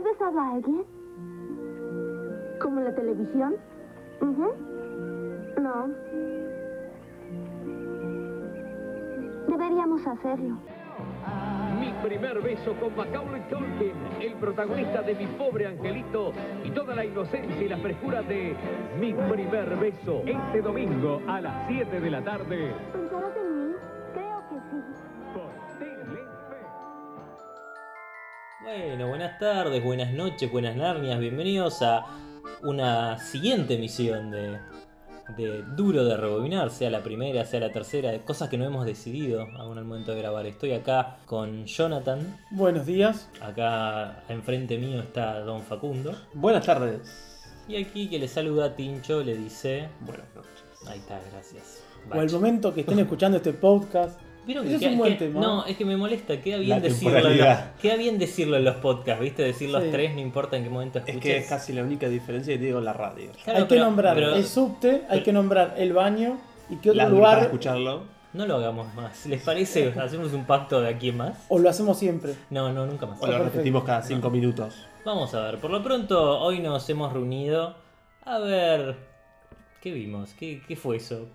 pagaba a alguien? ¿Como la televisión? Ujú. No. Deberíamos hacerlo. Mi primer beso con Macaulay Culkin, el protagonista de Mi pobre angelito y toda la inocencia y la frescura de Mi primer beso este domingo a las 7 de la tarde ¿Pensarás en mí? Creo que sí. por Telefe. Bueno, buenas tardes, buenas noches, buenas narnias, bienvenidos a una siguiente emisión de, de Duro de Rebobinar, sea la primera, sea la tercera, de cosas que no hemos decidido aún al momento de grabar. Estoy acá con Jonathan, Buenos días. acá enfrente mío está Don Facundo, Buenas tardes. y aquí que le saluda Tincho le dice... Buenas noches. Ahí está, gracias. O al momento que estén escuchando este podcast, Vieron Ese es un buen tema. No, es que me molesta, queda bien, La decirlo en los, temporalidad. queda bien decirlo en los podcasts, ¿viste? Decir los Sí. tres, no importa en qué momento escuches. Es que es casi la única diferencia que te digo en la radio. Claro, hay que pero- nombrar pero- el subte, hay que nombrar el baño y qué otro La para lugar. escucharlo. No lo hagamos más. ¿Les parece? ¿Hacemos un pacto de aquí en más? O lo hacemos siempre. No, no, nunca más. O lo perfecto. repetimos cada cinco minutos. Vamos a ver, por lo pronto hoy nos hemos reunido. A ver, ¿qué vimos? ¿Qué, qué fue eso?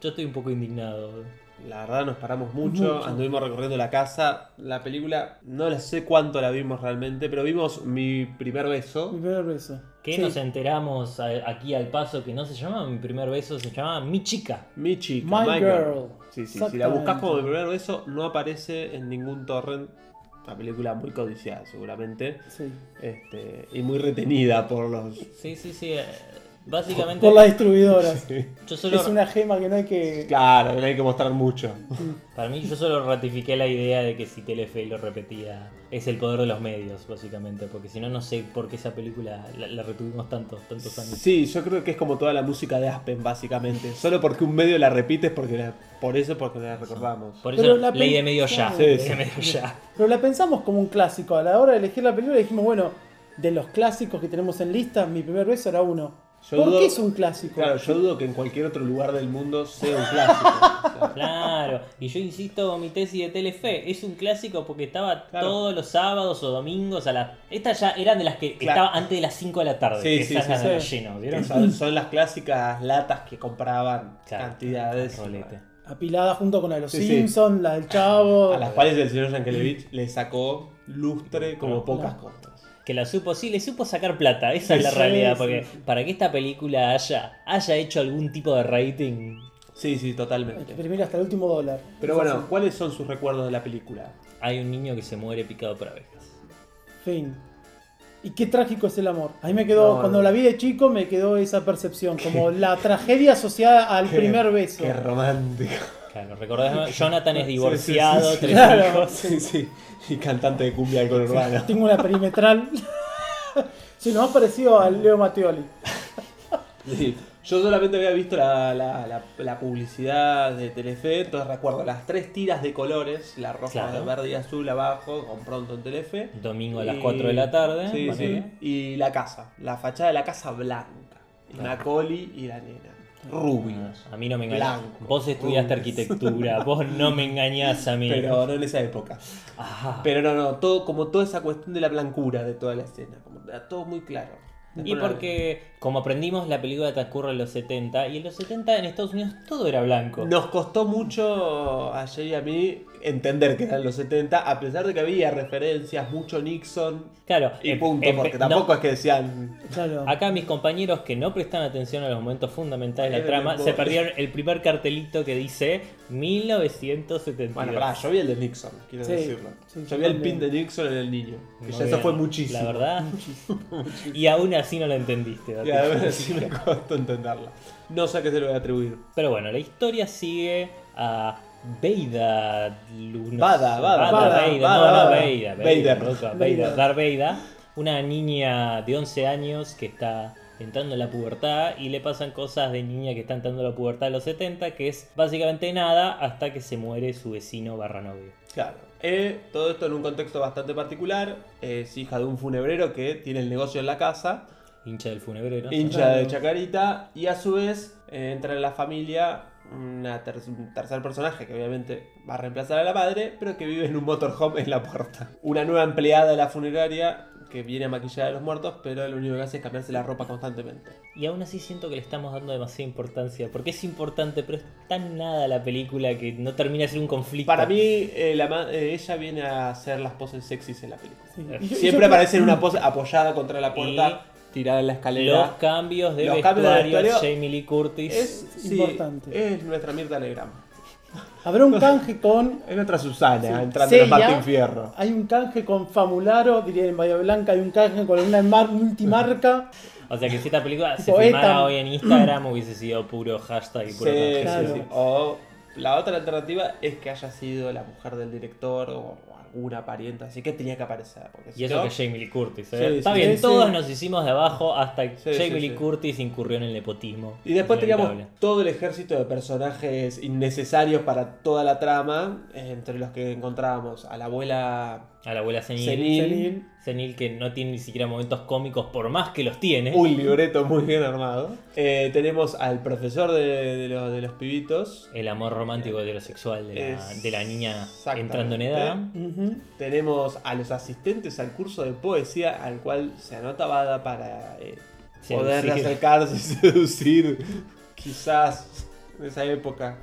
Yo estoy un poco indignado. La verdad nos paramos mucho, Mucho. anduvimos recorriendo la casa. La película, no la sé cuánto la vimos realmente, pero vimos mi primer Mi beso. primer beso. Que Sí. nos enteramos a- aquí al paso que no se llamaba mi primer beso, se llamaba mi chica. Mi chica, My Girl. Sí, sí, si la buscas como mi Exactamente. primer beso, no aparece en ningún torrent. Una película muy codiciada, seguramente. Sí. Este, y muy retenida por los. Sí, sí, sí. eh, Básicamente, Por las distribuidoras. yo solo, Es una gema que no hay que. Claro, no hay que mostrar mucho. para mí yo solo ratifiqué la idea de que si Telefe lo repetía, es el poder de los medios, básicamente. Porque si no, no sé por qué esa película la, la retuvimos tantos, tantos años. Sí, yo creo que es como toda la música de Aspen, básicamente. Solo porque un medio la repite es porque la- por eso porque la recordamos. Por Pero eso la ley de medio ya. pensamos. ley Sí, de sí. medio ya. Pero la pensamos como un clásico. A la hora de elegir la película dijimos, bueno, de los clásicos que tenemos en lista, mi primer beso era uno. Yo ¿Por dudo- qué es un clásico? Claro, yo dudo que en cualquier otro lugar del mundo sea un clásico. Claro. Claro. Y yo insisto, mi tesis de Telefe es un clásico porque estaba Claro. todos los sábados o domingos a las. Estas ya eran de las que Claro. estaba antes de las 5 de la tarde. Sí, que sí, esas sí, eran sí. lleno, Que ¿vieron? Son, son las clásicas latas que compraban Claro, cantidades. rolete. Apilada junto con la de los Sí, sí. Simpsons, la del Chavo. A las cuales el señor Yankelevich le sacó lustre como Claro. pocas cosas. Que la supo, sí, le supo sacar plata. Esa es la Sí, realidad. sí, Porque sí. para que esta película haya, haya hecho algún tipo de rating. Sí, sí, Hay que totalmente. Primero hasta el último dólar. Pero bueno, ¿cuáles son sus recuerdos de la película? Hay un niño que se muere picado por abejas. Fin. Y qué trágico es el amor. A mí me quedó, No, cuando no. la vi de chico, me quedó esa percepción, como la tragedia asociada al Qué- primer beso. Qué romántico. Claro, recordás, Jonathan es divorciado, Sí, sí, sí, sí. tres Claro. hijos. Sí, sí. Y cantante de cumbia del conurbano. Tengo una perimetral. sí, lo más parecido al Leo Matteoli. Sí. Yo solamente había visto la, la- la- la publicidad de Telefe, entonces recuerdo las tres tiras de colores, la roja, Claro. la verde y azul abajo, con pronto en Telefe. Domingo a las Y- 4 de la tarde. Sí, ponele. sí. Y la casa, la fachada de la casa blanca. Y Macaulay y la nena. Rubios. A mí no me engañas. Blanco. Vos estudiaste Uy. arquitectura, vos no me engañás a mí. Pero no en esa época. Ajá. Pero no, no, todo, como toda esa cuestión de la blancura de toda la escena. Como, era todo muy claro. y porque, como aprendimos, la película transcurre en los 70 y en los 70 en Estados Unidos todo era blanco. Nos costó mucho a Jay y a mí entender que eran los 70, a pesar de que había referencias, mucho Nixon Claro, y em- punto, em- porque no, tampoco es que decían. Claro. Acá mis compañeros que no prestan atención a los momentos fundamentales de la Eh, trama loco. se perdieron el primer cartelito que dice 1972. Bueno, pará, yo vi el de Nixon, quiero Sí, decirlo. sí, yo yo vi el también. pin de Nixon en el niño, que Muy ya eso bien, fue muchísimo. La verdad. y aún así no lo entendiste. Y además sí me costó entenderla. No sé a qué se lo voy a atribuir. Pero bueno, la historia sigue a Beida Luna. Bada, Bada, Bada, Beida, Bada, no, no, Bada. Beida, Beida, Vader. loca, Beida, Vader. Darth Beida, una niña de 11 años que está entrando en la pubertad y le pasan cosas de niña que está entrando en la pubertad a los 70, que es básicamente nada hasta que se muere su vecino barra novio. Claro. Eh, todo esto en un contexto bastante particular. Es hija de un funebrero que tiene el negocio en la casa. Hincha del funebrero. hincha Claro. de Chacarita y a su vez eh, entra en la familia una ter- un tercer personaje que obviamente va a reemplazar a la madre, pero que vive en un motorhome en la puerta. Una nueva empleada de la funeraria que viene a maquillar a los muertos, pero lo único que hace es cambiarse la ropa constantemente. Y aún así siento que le estamos dando demasiada importancia, porque es importante, pero es tan nada la película que no termina de ser un conflicto. Para mí, eh, la ma- eh, ella viene a hacer las poses sexys en la película. Sí. Eh, Y yo- y Siempre yo- aparece en una pose apoyada contra la puerta, tirada en la los escalera. cambios de Los cambios de vestuario, vestuario Jamie Lee Curtis. Es Es sí, importante. Es nuestra Mirta Legrama. Habrá un canje con. Es nuestra Susana, entrando Seiya. en Martín Fierro. Hay un canje con Famularo, diría en Bahía Blanca, hay un canje con una mar- multimarca. O sea que si esta película se Tipo, es filmara tan- hoy en Instagram hubiese sido puro hashtag y Sí, puro sí, canje. claro. sí. O la otra alternativa es que haya sido la mujer del director o alguna parienta, así que tenía que aparecer. Porque si Y eso no, que es Jamie Lee Curtis. ¿eh? Sí, Está sí, bien, sí. todos nos hicimos de abajo hasta que Sí, Jamie sí, Lee sí. Curtis incurrió en el nepotismo. Y después teníamos Inevitable. todo el ejército de personajes innecesarios para toda la trama, eh, entre los que encontrábamos a la abuela a la abuela senil, senil. Senil, Senil. que no tiene ni siquiera momentos cómicos, por más que los tiene. un libreto muy bien armado. Eh, tenemos al profesor de, de los, de los pibitos. El amor romántico heterosexual de la, de la niña entrando en Exactamente. edad. Ujú. Tenemos a los asistentes al curso de poesía, al cual se anota Bada para eh, Seducir. poder acercarse y seducir, quizás en esa época,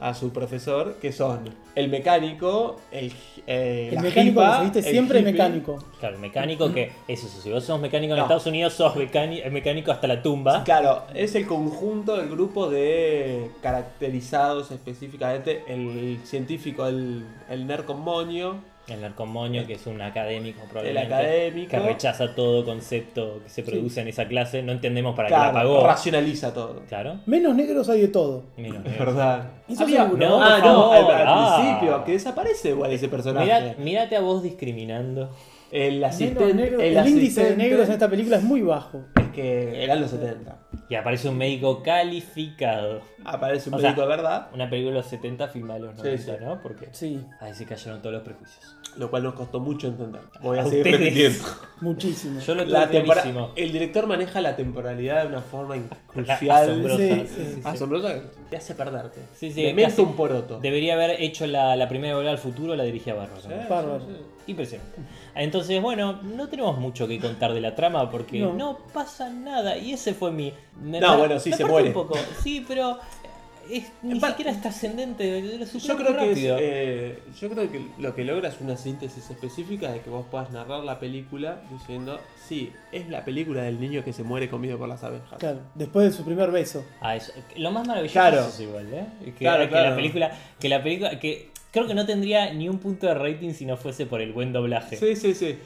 a su profesor, que son el mecánico, el, eh, El la mecánico, jipa, que se viste el siempre hippie. mecánico. Claro, el mecánico que es eso. Si vos sos mecánico en No. Estados Unidos, sos mecáni- mecánico hasta la tumba. Claro, es el conjunto del grupo de caracterizados específicamente, el científico, el, el nercomonio, El narcomoño, que es un académico probablemente. académico. Que rechaza todo concepto que se produce en esa clase. No entendemos para qué la claro, pagó. racionaliza todo. Claro. Menos negros hay de todo. Mira, Es verdad. Eso Había- seguro. No, ah, por no, favor, al, al ah. principio, que desaparece igual ese personaje. Mirá- mírate a vos discriminando. el asistente. Menos negros- el el índice de asistente- negros en esta película es muy bajo. Es que eran los 70. Y aparece un médico calificado. Aparece un O médico sea, de verdad, Una película de los 70 filmada en los Sí, 90, sí. ¿no? Porque Sí, ahí se cayeron todos los prejuicios. lo cual nos costó mucho entender. Voy A a seguir ustedes. repitiendo. muchísimo. Yo lo La tengo tempora- clarísimo. El director maneja la temporalidad de una forma in- La- crucial. asombrosa, sí, sí, sí, sí. Asombrosa que te hace perderte. Sí, sí, Le que meto hace- un poroto. Debería haber hecho la, la primera volada al futuro, la dirigía Barros. Sí, sí, Bárbaro. sí. Impresionante. Entonces, bueno, no tenemos mucho que contar de la trama porque No. no, pasa nada. Y ese fue mi. me- No, me- bueno, sí, me se parte muere. Un poco. Sí, pero. es- ni Pa- siquiera es trascendente. Lo Yo superó creo, muy que es, rápido. eh, yo creo que lo que logra es una síntesis específica de que vos puedas narrar la película diciendo, sí, es la película del niño que se muere comido por las abejas. Claro, después de su primer beso. Ah, eso- Lo más maravilloso Claro. es eso igual, ¿eh? Que, Claro, que claro. la película. Que la película. Que creo que no tendría ni un punto de rating si no fuese por el buen doblaje. Sí, sí, sí.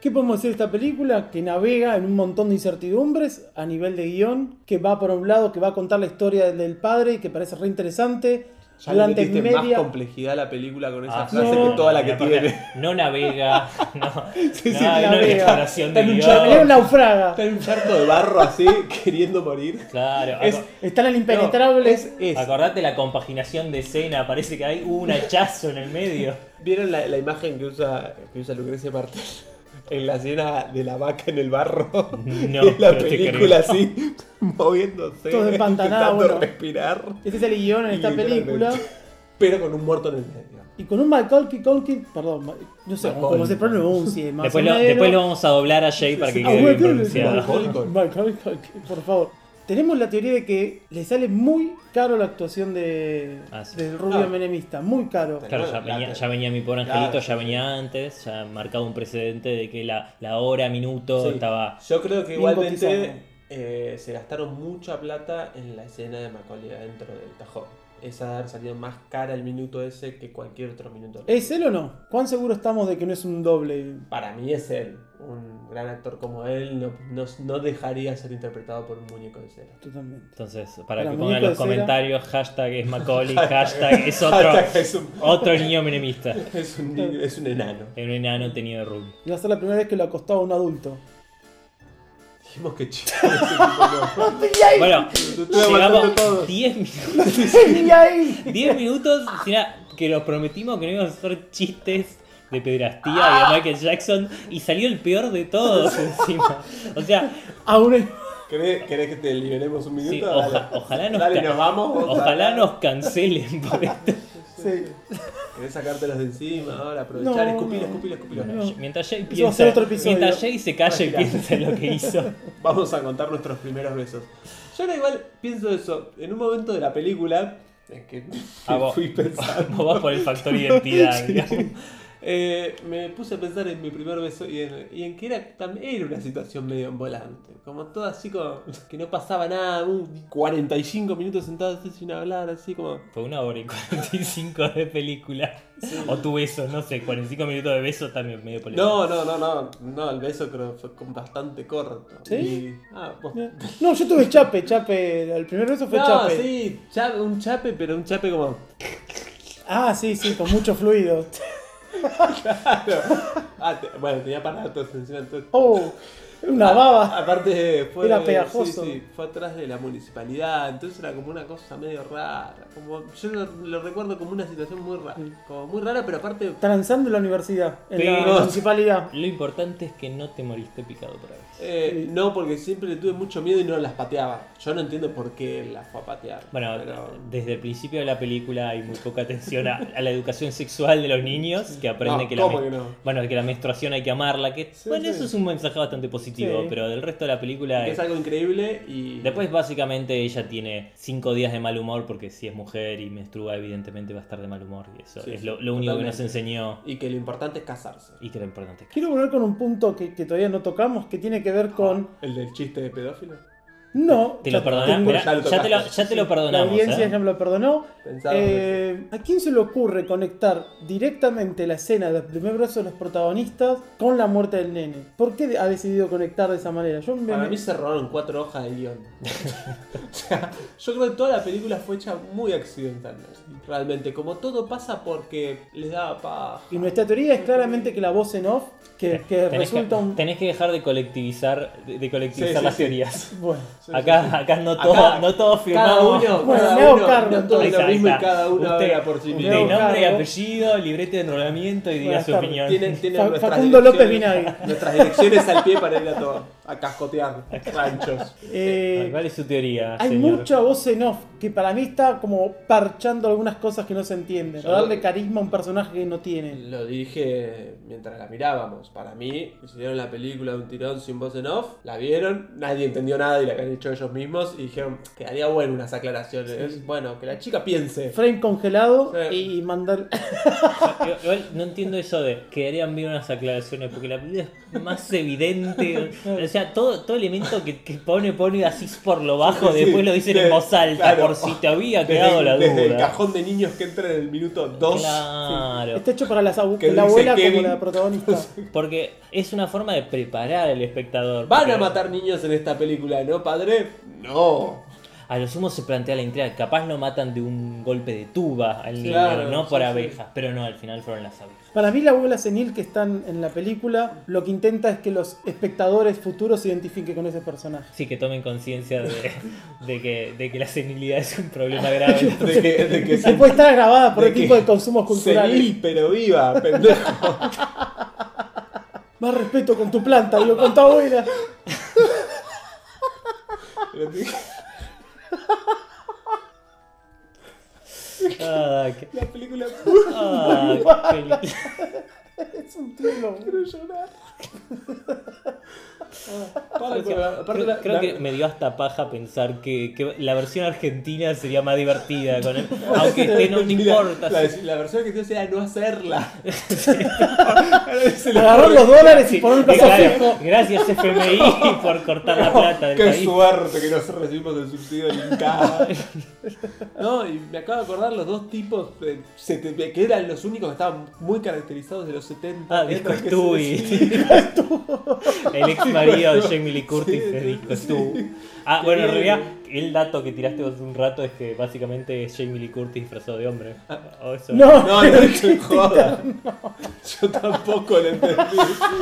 ¿Qué podemos decir de esta película? Que navega en un montón de incertidumbres a nivel de guión, que va por un lado, que va a contar la historia del padre, que parece re interesante. Ya le Durante metiste más media. complejidad a la película con esa Ah, frase no. que toda la que no, aparte, tiene. No navega, no. Sí, no, sí, hay una navega. exploración Está de en un guión. charco. Era un naufraga. Está en un charco de barro así, queriendo morir. Claro, Es- aco- Están el impenetrable. No, es, es- acordate la compaginación de escena, parece que hay un hachazo en el medio. ¿Vieron la, la imagen que usa, que usa Lucrecia Martel? En la escena de la vaca en el barro. No, Y la no te película creo. así, moviéndose. Todo empantanado, intentando bueno. respirar. Este es el guión en esta Literalmente. película. Pero con un muerto en el medio. Y con un Macaulay Culkin, perdón, ma- no sé Macaulay. cómo se pronuncie, más Después o lo, menos. después lo vamos a doblar a Jay para que Ah, quede bien bueno, pronunciado. Macaulay Culkin, Macaulay Culkin, por favor. Tenemos la teoría de que le sale muy caro la actuación de, Ah, sí. del rubio Ah. menemista, muy caro. Claro, ya venía, ya venía mi pobre Claro, angelito, sí, ya venía antes, ya marcado un precedente de que la, la hora, minuto Sí. estaba. Yo creo que Bien igualmente cotizado. eh, se gastaron mucha plata en la escena de Macaulay adentro del tajón. Esa ha de haber salido más cara el minuto ese que cualquier otro minuto. ¿Es él o no? ¿Cuán seguro estamos de que no es un doble? Para mí es él. Un gran actor como él no, no, no dejaría ser interpretado por un muñeco de cera. Totalmente. Entonces, para Era que muñeco pongan de los cera. comentarios, hashtag es Macaulay, hashtag es otro, es, un, otro niño menemista. es, un niño- es un enano. En un enano tenido de rubio. Y va a ser la primera vez que lo acostaba un adulto. Dijimos que chido. ese tipo Bueno, no. Llegamos llegamos todo. 10 minutos, ¡Y ahí! 10 minutos sin nada, que nos prometimos que no íbamos a hacer chistes de pedrastía Ah. y de Michael Jackson y salió el peor de todos encima. O sea, A un- ¿Querés, querés que te liberemos un minuto? sí, Dale. oja- ojalá nos Dale, ca- nos vamos. Ojalá nos cancelen por esto. Sí. Querés sacártelos de encima ahora, aprovechar, No, escupir, no. escupir, escupir. No. Mientras Jay Eso va a ser piensa, otro episodio. mientras Jay se calla y Respira. piensa en lo que hizo. Vamos a contar nuestros primeros besos. Yo ahora igual pienso eso. En un momento de la película, es que Ah, vos- fui pensando. Vos vas por el factor identidad, Sí. digamos. Eh, me puse a pensar en mi primer beso y en, y en que era también era una situación medio volante. Como todo así como que no pasaba nada, un 45 minutos sentados así sin hablar, así como. Fue una hora y 45 de película. O tu beso, no sé, 45 minutos de beso también medio polémico. No, no, no, no. No, el beso creo que fue con- bastante corto. ¿Sí? Y- ah, vos- Eh, No, yo tuve chape, chape. El primer beso fue no, chape. sí, chape- un chape, pero un chape como. Ah, sí, sí, con mucho fluido. Ah, te- bueno, tenía aparatos encima entonces. Oh, una Ah, baba. Aparte fue, Era pegajoso. sí, sí, fue atrás de la municipalidad, entonces era como una cosa medio rara. Como, yo lo, lo recuerdo como una situación muy rara. Como muy rara, pero aparte. Transando en la universidad, en Pero- la municipalidad. Lo importante es que no te moriste picado otra vez. eh, No, porque siempre le tuve mucho miedo y no las pateaba. Yo no entiendo por qué él las fue a patear. Bueno, pero- desde el principio de la película hay muy poca atención a, a la educación sexual de los niños, que aprenden No, que, la ¿cómo men- que no? bueno, que la menstruación hay que amarla, que Sí, bueno, sí. eso es un mensaje bastante positivo, Sí. pero del resto de la película que es eh, algo increíble y. Después básicamente ella tiene cinco días de mal humor porque si es mujer y menstrua evidentemente va a estar de mal humor y eso Sí, es sí, lo, lo único que nos totalmente. enseñó Y que lo importante es casarse. y que lo importante es que... Quiero volver con un punto que, que todavía no tocamos, que tiene que ver con... ¿El del chiste de pedófilo? No, Ah, Te ya lo perdonamos, tengo- mirá, ya lo ya, te lo, tocaste. ya te lo La perdonamos. audiencia ¿eh? ya me lo perdonó. Pensaba Eh, ¿A quién se le ocurre conectar directamente la escena del primer brazo de los protagonistas con la muerte del nene? ¿Por qué ha decidido conectar de esa manera? Yo me- Para me- mí se robaron cuatro hojas de guión. o sea, yo creo que toda la película fue hecha muy accidental. Realmente, como todo pasa porque les daba paja. Y nuestra teoría es claramente que la voz en off, que, que tenés, que, resulta un... tenés que dejar de colectivizar, de, de colectivizar Sí, sí, las sí. teorías. Bueno, Sí, sí, Acá, sí. acá no Acá, todos no todos Cada firmamos. uno, Bueno, me cada hago uno, cargo, no todos Exacto, lo mismo y exacto. cada uno Usted- habla por sí usted Me hago mismo. nombre y cargo. apellido, librete de enrolamiento y diga Buenas su tardes. opinión. Tienen, tienen Fa- nuestras Facundo López direcciones- Vinagre. Nuestras direcciones al pie para ir a todo, a cascotear ranchos. eh, ¿Cuál es su teoría? hay señor? mucha voz en off que para mí está como parchando algunas cosas que no se entienden, Yo o darle lo- carisma a un personaje que no tiene. Lo dije mientras la mirábamos. Para mí, hicieron la película de un tirón sin voz en off, la vieron, nadie entendió nada y la habían hecho ellos mismos y dijeron, quedaría bueno unas aclaraciones. Bueno, que la chica piense. Frame congelado Sí. y mandar... Igual- Ah, Igual no entiendo eso de que harían bien unas aclaraciones, porque la vida es más evidente. O sea, todo, todo elemento que, que pone, pone así por lo bajo, Sí, después lo dicen de- en voz alta, claro. por si te había Desde, quedado la desde el duda. cajón Este de niños que entra en el minuto 2. Claro, Está este hecho para las abu- Que la dice abuela como Kevin. la protagonista. porque es una forma de preparar al espectador. ¿Van porque a matar niños en esta película, no, padre? No. A lo sumo se plantea la intriga, capaz lo matan de un golpe de tuba al niño, Claro, no sí, por sí. abejas, pero no, al final fueron las abejas. Para mí la abuela senil que están en la película lo que intenta es que los espectadores futuros se identifiquen con ese personaje. Sí, que tomen conciencia de, de que, de que la senilidad es un problema grave. De que, de que Que puede estar grabada por de el que- tipo de consumos culturales. Senil, pero viva, pendejo. Más respeto con tu planta, digo, con tu abuela. Ah, qué- La película uh, ah, qué lindo. Es un tío. Quiero llorar. Para, O sea, para, aparte creo, la- creo la- que me dio hasta paja pensar que, que la versión argentina sería más divertida con él. Aunque esté, no, no Mira, importa. La, sí. la versión que te hacía era no hacerla. Agarrar los dólares y Sí, poner un y plazo claro, fijo. gracias FMI por cortar la plata del Qué país. suerte que nos recibimos el subsidio de Inca. No, y me acabo de acordar los dos tipos de- se- que eran los únicos que estaban muy caracterizados de los 70. Ah, Mientras disco que Stewie. se- sí, El ex marido de Sí, Jamie Lee Curtis sí, es disco sí. Stu. Ah, Qué bueno, en bien. realidad el dato que tiraste vos hace un rato es que básicamente es Jamie Lee Curtis disfrazado de hombre. O eso. No, Ah. No, no te jodas. Yo tampoco lo entendí.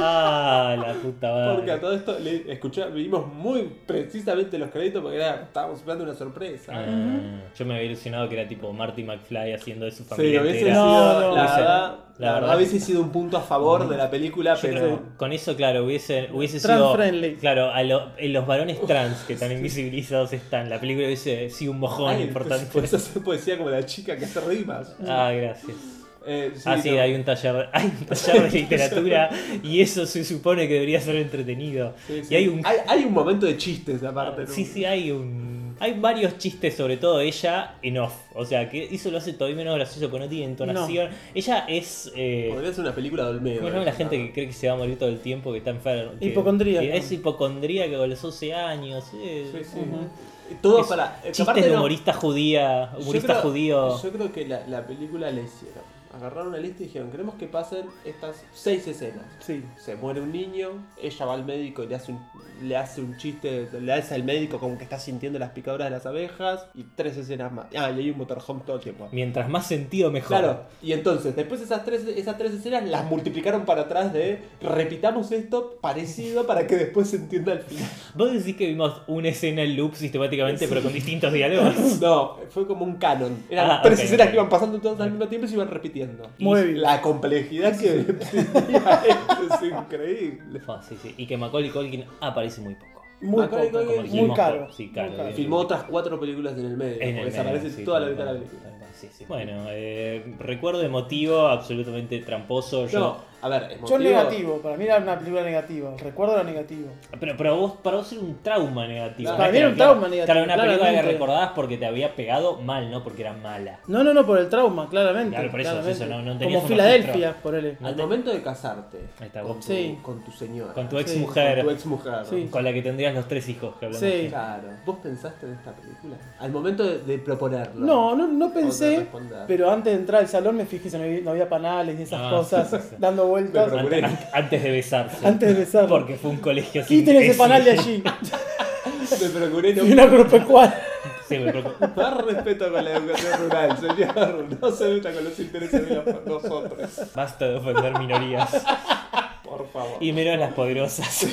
Ah, la puta Porque a madre. todo esto le escuchá- vimos muy precisamente los créditos porque era, estábamos esperando una sorpresa. Ah, yo me había ilusionado que era tipo Marty McFly haciendo de su Sí, familia hubiese entera. sido, No, no, la, hubiese- verdad, la la verdad. verdad, hubiese sido un punto a favor de la película, Yo creo pero que con eso, claro, hubiese, hubiese Trans sido. friendly. Claro, a lo- en los varones trans que están invisibilizados están. La película hubiese sido un mojón Ay, importante. Puedes hacer poesía como la chica que hace rimas. Ah, gracias. Eh, sí, ah, sí, no. hay un taller, hay un taller de literatura y eso se supone que debería ser entretenido. Sí, sí. Y hay un hay, hay un momento de chistes aparte. ¿no? Sí, sí, hay un. Hay varios chistes, sobre todo ella, en off. O sea, que eso lo hace todavía menos gracioso, porque no tiene entonación. Ella es. eh, Podría ser una película de Olmedo. ¿eh? ¿Cómo se llama la gente que cree que se va a morir todo el tiempo, que está enfermo? Que- Hipocondríaca. que es hipocondríaca con los 12 años. eh. Sí, sí. Ujú. Todo Es para. eh, que aparte Chistes de no- humorista judía, yo humorista creo- judío. Yo creo que la, la película la hicieron. Agarraron una lista y dijeron: Queremos que pasen estas seis escenas. Sí. Se muere un niño, ella va al médico y le hace un, le hace un chiste, le hace al médico como que está sintiendo las picaduras de las abejas y tres escenas más. Ah, y hay un motorhome todo el tiempo. Mientras más sentido, mejor. Claro, y entonces, después esas tres, esas tres escenas las multiplicaron para atrás de repitamos esto parecido para que después se entienda el final. Vos decís que vimos una escena en loop sistemáticamente, pero con distintos diálogos. No, fue como un canon. Eran Ah, tres ok, escenas ok. que iban pasando todas al mismo tiempo y se iban repitiendo. Muy Y bien. La complejidad que tenía esto es increíble. Ah, sí, sí. Y que Macaulay Culkin aparece muy poco. Muy Macaulay poco. Culkin, Como Muy dijimos, caro. Sí, caro. Muy caro. bien. Eh, Filmó otras cuatro películas en el medio. En el porque se medio, aparece sí, toda la tal mitad de la cual, película. tal cual, sí, sí. Bueno, eh, recuerdo emotivo, absolutamente tramposo. Yo, No, a ver, Yo emotivo, negativo, para mí era una película negativa. El recuerdo era negativo. Pero para vos, para vos era un trauma negativo. Claro. ¿no? Para mí era un Claro, trauma negativo, Claro, una película que claramente. recordabas porque te había pegado mal, no porque era mala. No, no, no, por el trauma, claramente. Claro, por eso, claramente. eso, no- no tenías Como un Filadelfia, por él. Al momento de casarte Ahí está, con, vos. tu, Sí. con tu señora, Con tu ex Sí, mujer, con con, tu ex mujer, Sí. la que tendrías los tres hijos que hablamos. Sí. Claro. ¿Vos pensaste en esta película? Al momento de, de proponerlo. No, no, no O de pensé, responder. pero antes de entrar al salón me fijé si no había, no había panales y esas Ah, cosas sí, sí, sí. dando vueltas. Pero- Antes, an- antes de besarse. Antes de besarlo. Porque fue un colegio sin Quiten ese tesis. panal de allí. Me procuré no Y una agropecuaria. Sí, me preocupa. Más respeto con la educación rural, señor. No se meta con los intereses de los- nosotros. Basta de ofender minorías. Por favor. Y menos las poderosas.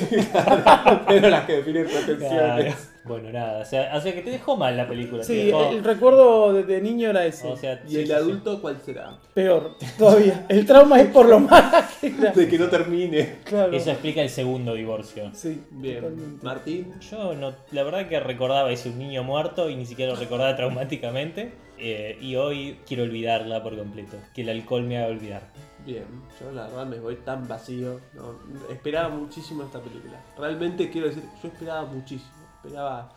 Pero las que definen pretensiones. Claro. Bueno, nada. O sea, o sea que te dejó mal la película. te Sí, dejó- el, el recuerdo de, de niño era ese. o sea, ¿Y sí, sí, el sí. adulto cuál será? Peor, todavía. El trauma es por lo mala que era. De que no termine. Claro. Eso explica el segundo divorcio. Sí, Bien. totalmente. Martín. Yo no, la verdad que recordaba es un niño muerto y ni siquiera lo recordaba traumáticamente. Eh, y hoy quiero olvidarla por completo. Que el alcohol me haga olvidar. Bien. Yo la verdad me voy tan vacío. No, esperaba muchísimo esta película. Realmente quiero decir, yo esperaba muchísimo. Esperaba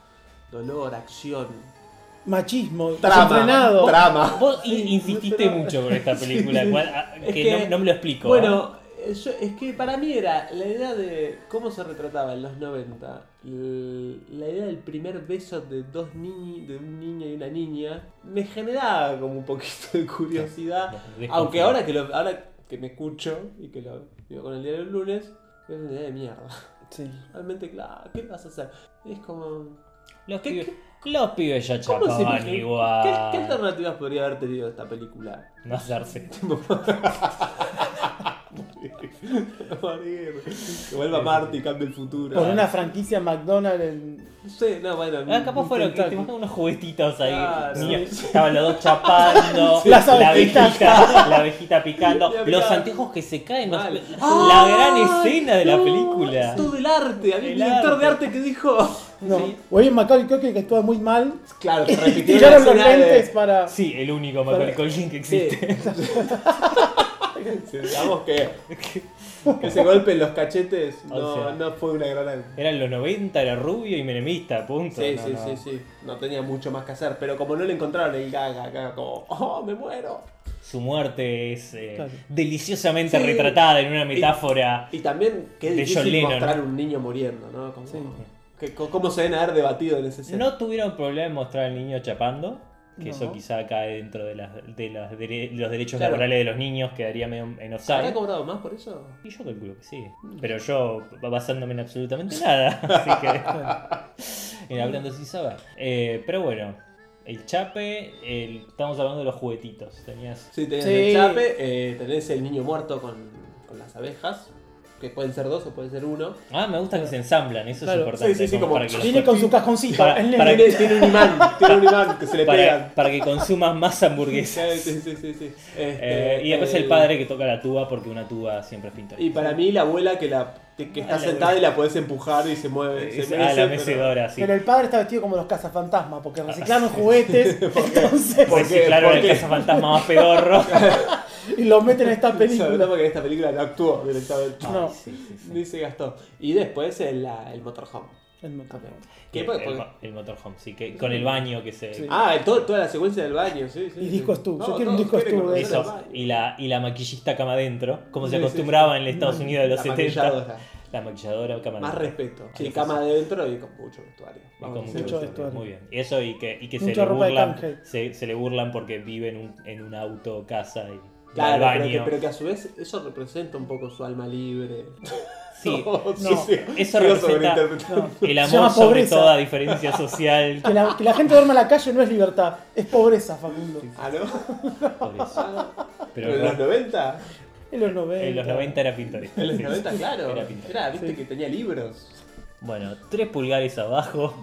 dolor, acción. Machismo, Trama. desenfrenado. Trama. Vos in- insististe pero- mucho con esta película, Sí. igual, ah, que, Es que- no, no me lo explico. ¿eh? Bueno, eh, yo- es que para mí era la idea de cómo se retrataba en los 90, l- la idea del primer beso de dos niños, de un niño y una niña, me generaba como un poquito de curiosidad. Desconfío. Aunque ahora que lo, ahora que me escucho y que lo digo con el día del lunes, es una idea de mierda. Sí. Realmente, claro, ¿qué vas a hacer? Es como. ¿eh? Los, ¿Qué- pibes, los pibes ya ¿cómo se chapaban imagina- igual. ¿Qué, ¿Qué alternativas podría haber tenido esta película? No hacerse. Morir. Que vuelva Marty y cambie el futuro. Por una franquicia McDonald's. en- No sé, no, bueno. Ah, capaz Un fueron que te tentáculo. imagino unos juguetitos ahí. Claro. niños, Estaban los dos chapando. Las la abejitas. abejita, la abejita picando. La Los picada. anteojos que se caen. no sé, Mal. La gran ¡Ay, escena de la no! película. Todo el arte, había El un director arte. de arte que dijo. No. Sí. O bien Macaulay Culkin que actúa muy mal. Claro, que Y repitieron la tiraron los escena de- lentes para. Sí, el único Macaulay Culkin que Sí. existe. Sentamos que, que ese golpe en los cachetes O no, sea. no fue una gran. Eran los 90, era rubio y menemista, punto. Sí, No, sí, no. sí, sí. No tenía mucho más que hacer, pero como no le encontraron el gaga acá, como, oh, me muero. Su muerte es eh, Claro. deliciosamente Sí. retratada en una metáfora. Y también, qué De John difícil Lennon. mostrar un niño muriendo, ¿no? Como, Sí. que- co- ¿Cómo se deben haber debatido en ese escena? No tuvieron problema en mostrar al niño chapando, que eso No. quizá cae dentro de, las, de las dere- los derechos Claro. laborales de los niños, quedaría medio en ¿Habrá offside. cobrado más por eso? Y yo calculo que sí. Pero yo ba- basándome en absolutamente nada. Así que. en hablando sin saber. Eh, pero bueno, el chape, el- estamos hablando de los juguetitos. Tenías. Sí, tenés Sí. el chape, eh, tenés el niño muerto con, con las abejas. que pueden ser dos o puede ser uno. Ah, me gusta que se ensamblan, eso Claro, es importante. sí, sí, sí, como para que los Viene con su cajoncito. Para- el nene. para Tiene, tiene un imán, tiene un imán que se le para, pega. para que consumas más hamburguesas. Sí, sí, sí, sí, sí. Eh, Este, y después el eh, padre que toca la tuba porque una tuba siempre es pintoresca. Y para mí la abuela que la que, que está la sentada y la podés empujar y se mueve. Es- se ah, mece, la pero- mecedora, sí. Pero el padre está vestido como los cazafantasmas, porque reciclaron juguetes, Pues entonces, ¿Por sí, Ah, qué? claro, ¿Por el qué? cazafantasma más pedorro. y los meten en esta Sobre todo película. porque en esta película no actuó directamente. No. Ay, sí, sí, sí. Ni se gastó. Y después el, la- el motorhome. El motor. ¿Qué? el, Porque- el mo- el motorhome, sí, que, con el baño que se Sí. Ah, el- todo- toda la secuencia del baño, sí, sí. Y sí. discos tú. Yo Todos- quiero un todos disco quieren tú, conocer eso. el hizo. baño. Y la, y la maquillista cama adentro, como se Sí, sí, acostumbraba en el Estados Unidos de los La 70. maquilladora. La maquilladora cama Más adentro. respeto. Ahí Sí, está. cama adentro y con mucho vestuario. Y Vamos, con sí, mucho sí, mucho sí. vestuario. Muy bien. Y eso y que, y que se Mucha le ropa de burlan, canje. se, se le burlan porque vive en un, en un auto, casa y va al Claro, pero que, baño. pero que a su vez eso representa un poco su alma libre. Sí, No, sí, no, sí. eso Sigo representa- sobreinterpretando. el Se amor llama sobre pobreza. toda diferencia social. Que la, que la gente duerma en la calle no es libertad, es pobreza, Facundo. Ah, ¿no? Pobreza. Ah, no. Pero Pero en no. los 90. En los 90. En los 90 era pintoresco. En los Sí, 90, claro. Era Era, pintor. viste que tenía libros. Bueno, 3 pulgares abajo.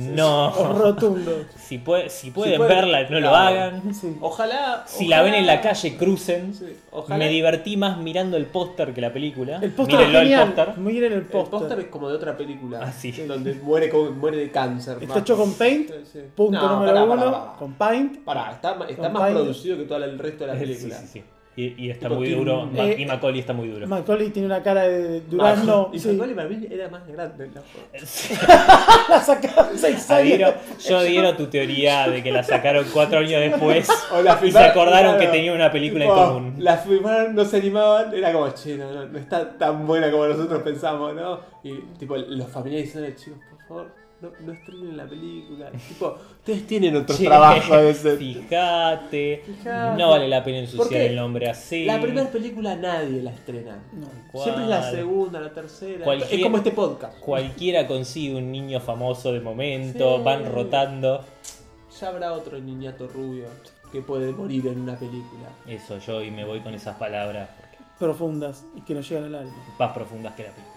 No. Rotundo. Si, pue- si pueden pueden, verla, no lo claro. hagan. Sí. Ojalá. Si ojalá- la ven en la calle, crucen. Sí, ojalá. Me divertí más mirando el póster que la película. El póster es Mírenlo el genial. póster. Miren el El póster póster. es como de otra película. Ah, sí. Donde muere, como- muere de cáncer. Está más. hecho con paint. Sí, sí. Punto No, número pará, uno. pará, pará. Con paint. Pará, está, ma- está Con más paint. producido que todo el resto de la Sí, película. sí, sí. Y, y está Tipo, muy tiene duro. un- Ma- eh, y Macaulay está muy duro. Macaulay tiene una cara de durazno. Ah, Y sí. Macaulay para mí era más grande. ¿no? La sacaron seis Adhiero- años. yo adhiero tu teoría de que la sacaron cuatro años después O la y se filmaron- acordaron que claro. tenían una película en Tipo, común. La filmaron, no se animaban, era como, che, no, no, no está tan buena como nosotros pensamos, ¿no? Y tipo, los familiares dicen, chicos, por favor, no, no estrenen la película. tipo, ustedes tienen otros Che, trabajos a veces. Fijate, Fijate. no vale la pena ¿Por ensuciar qué? el nombre así. La primera película nadie la estrena. ¿Cuál? Siempre es la segunda, la tercera. Cualquier- Es como este podcast. Cualquiera consigue un niño famoso de momento, Sí. van rotando. Ya habrá otro niñato rubio que puede morir en una película. Eso yo y me voy con esas palabras porque Profundas y que nos llegan al alma. más profundas que la película.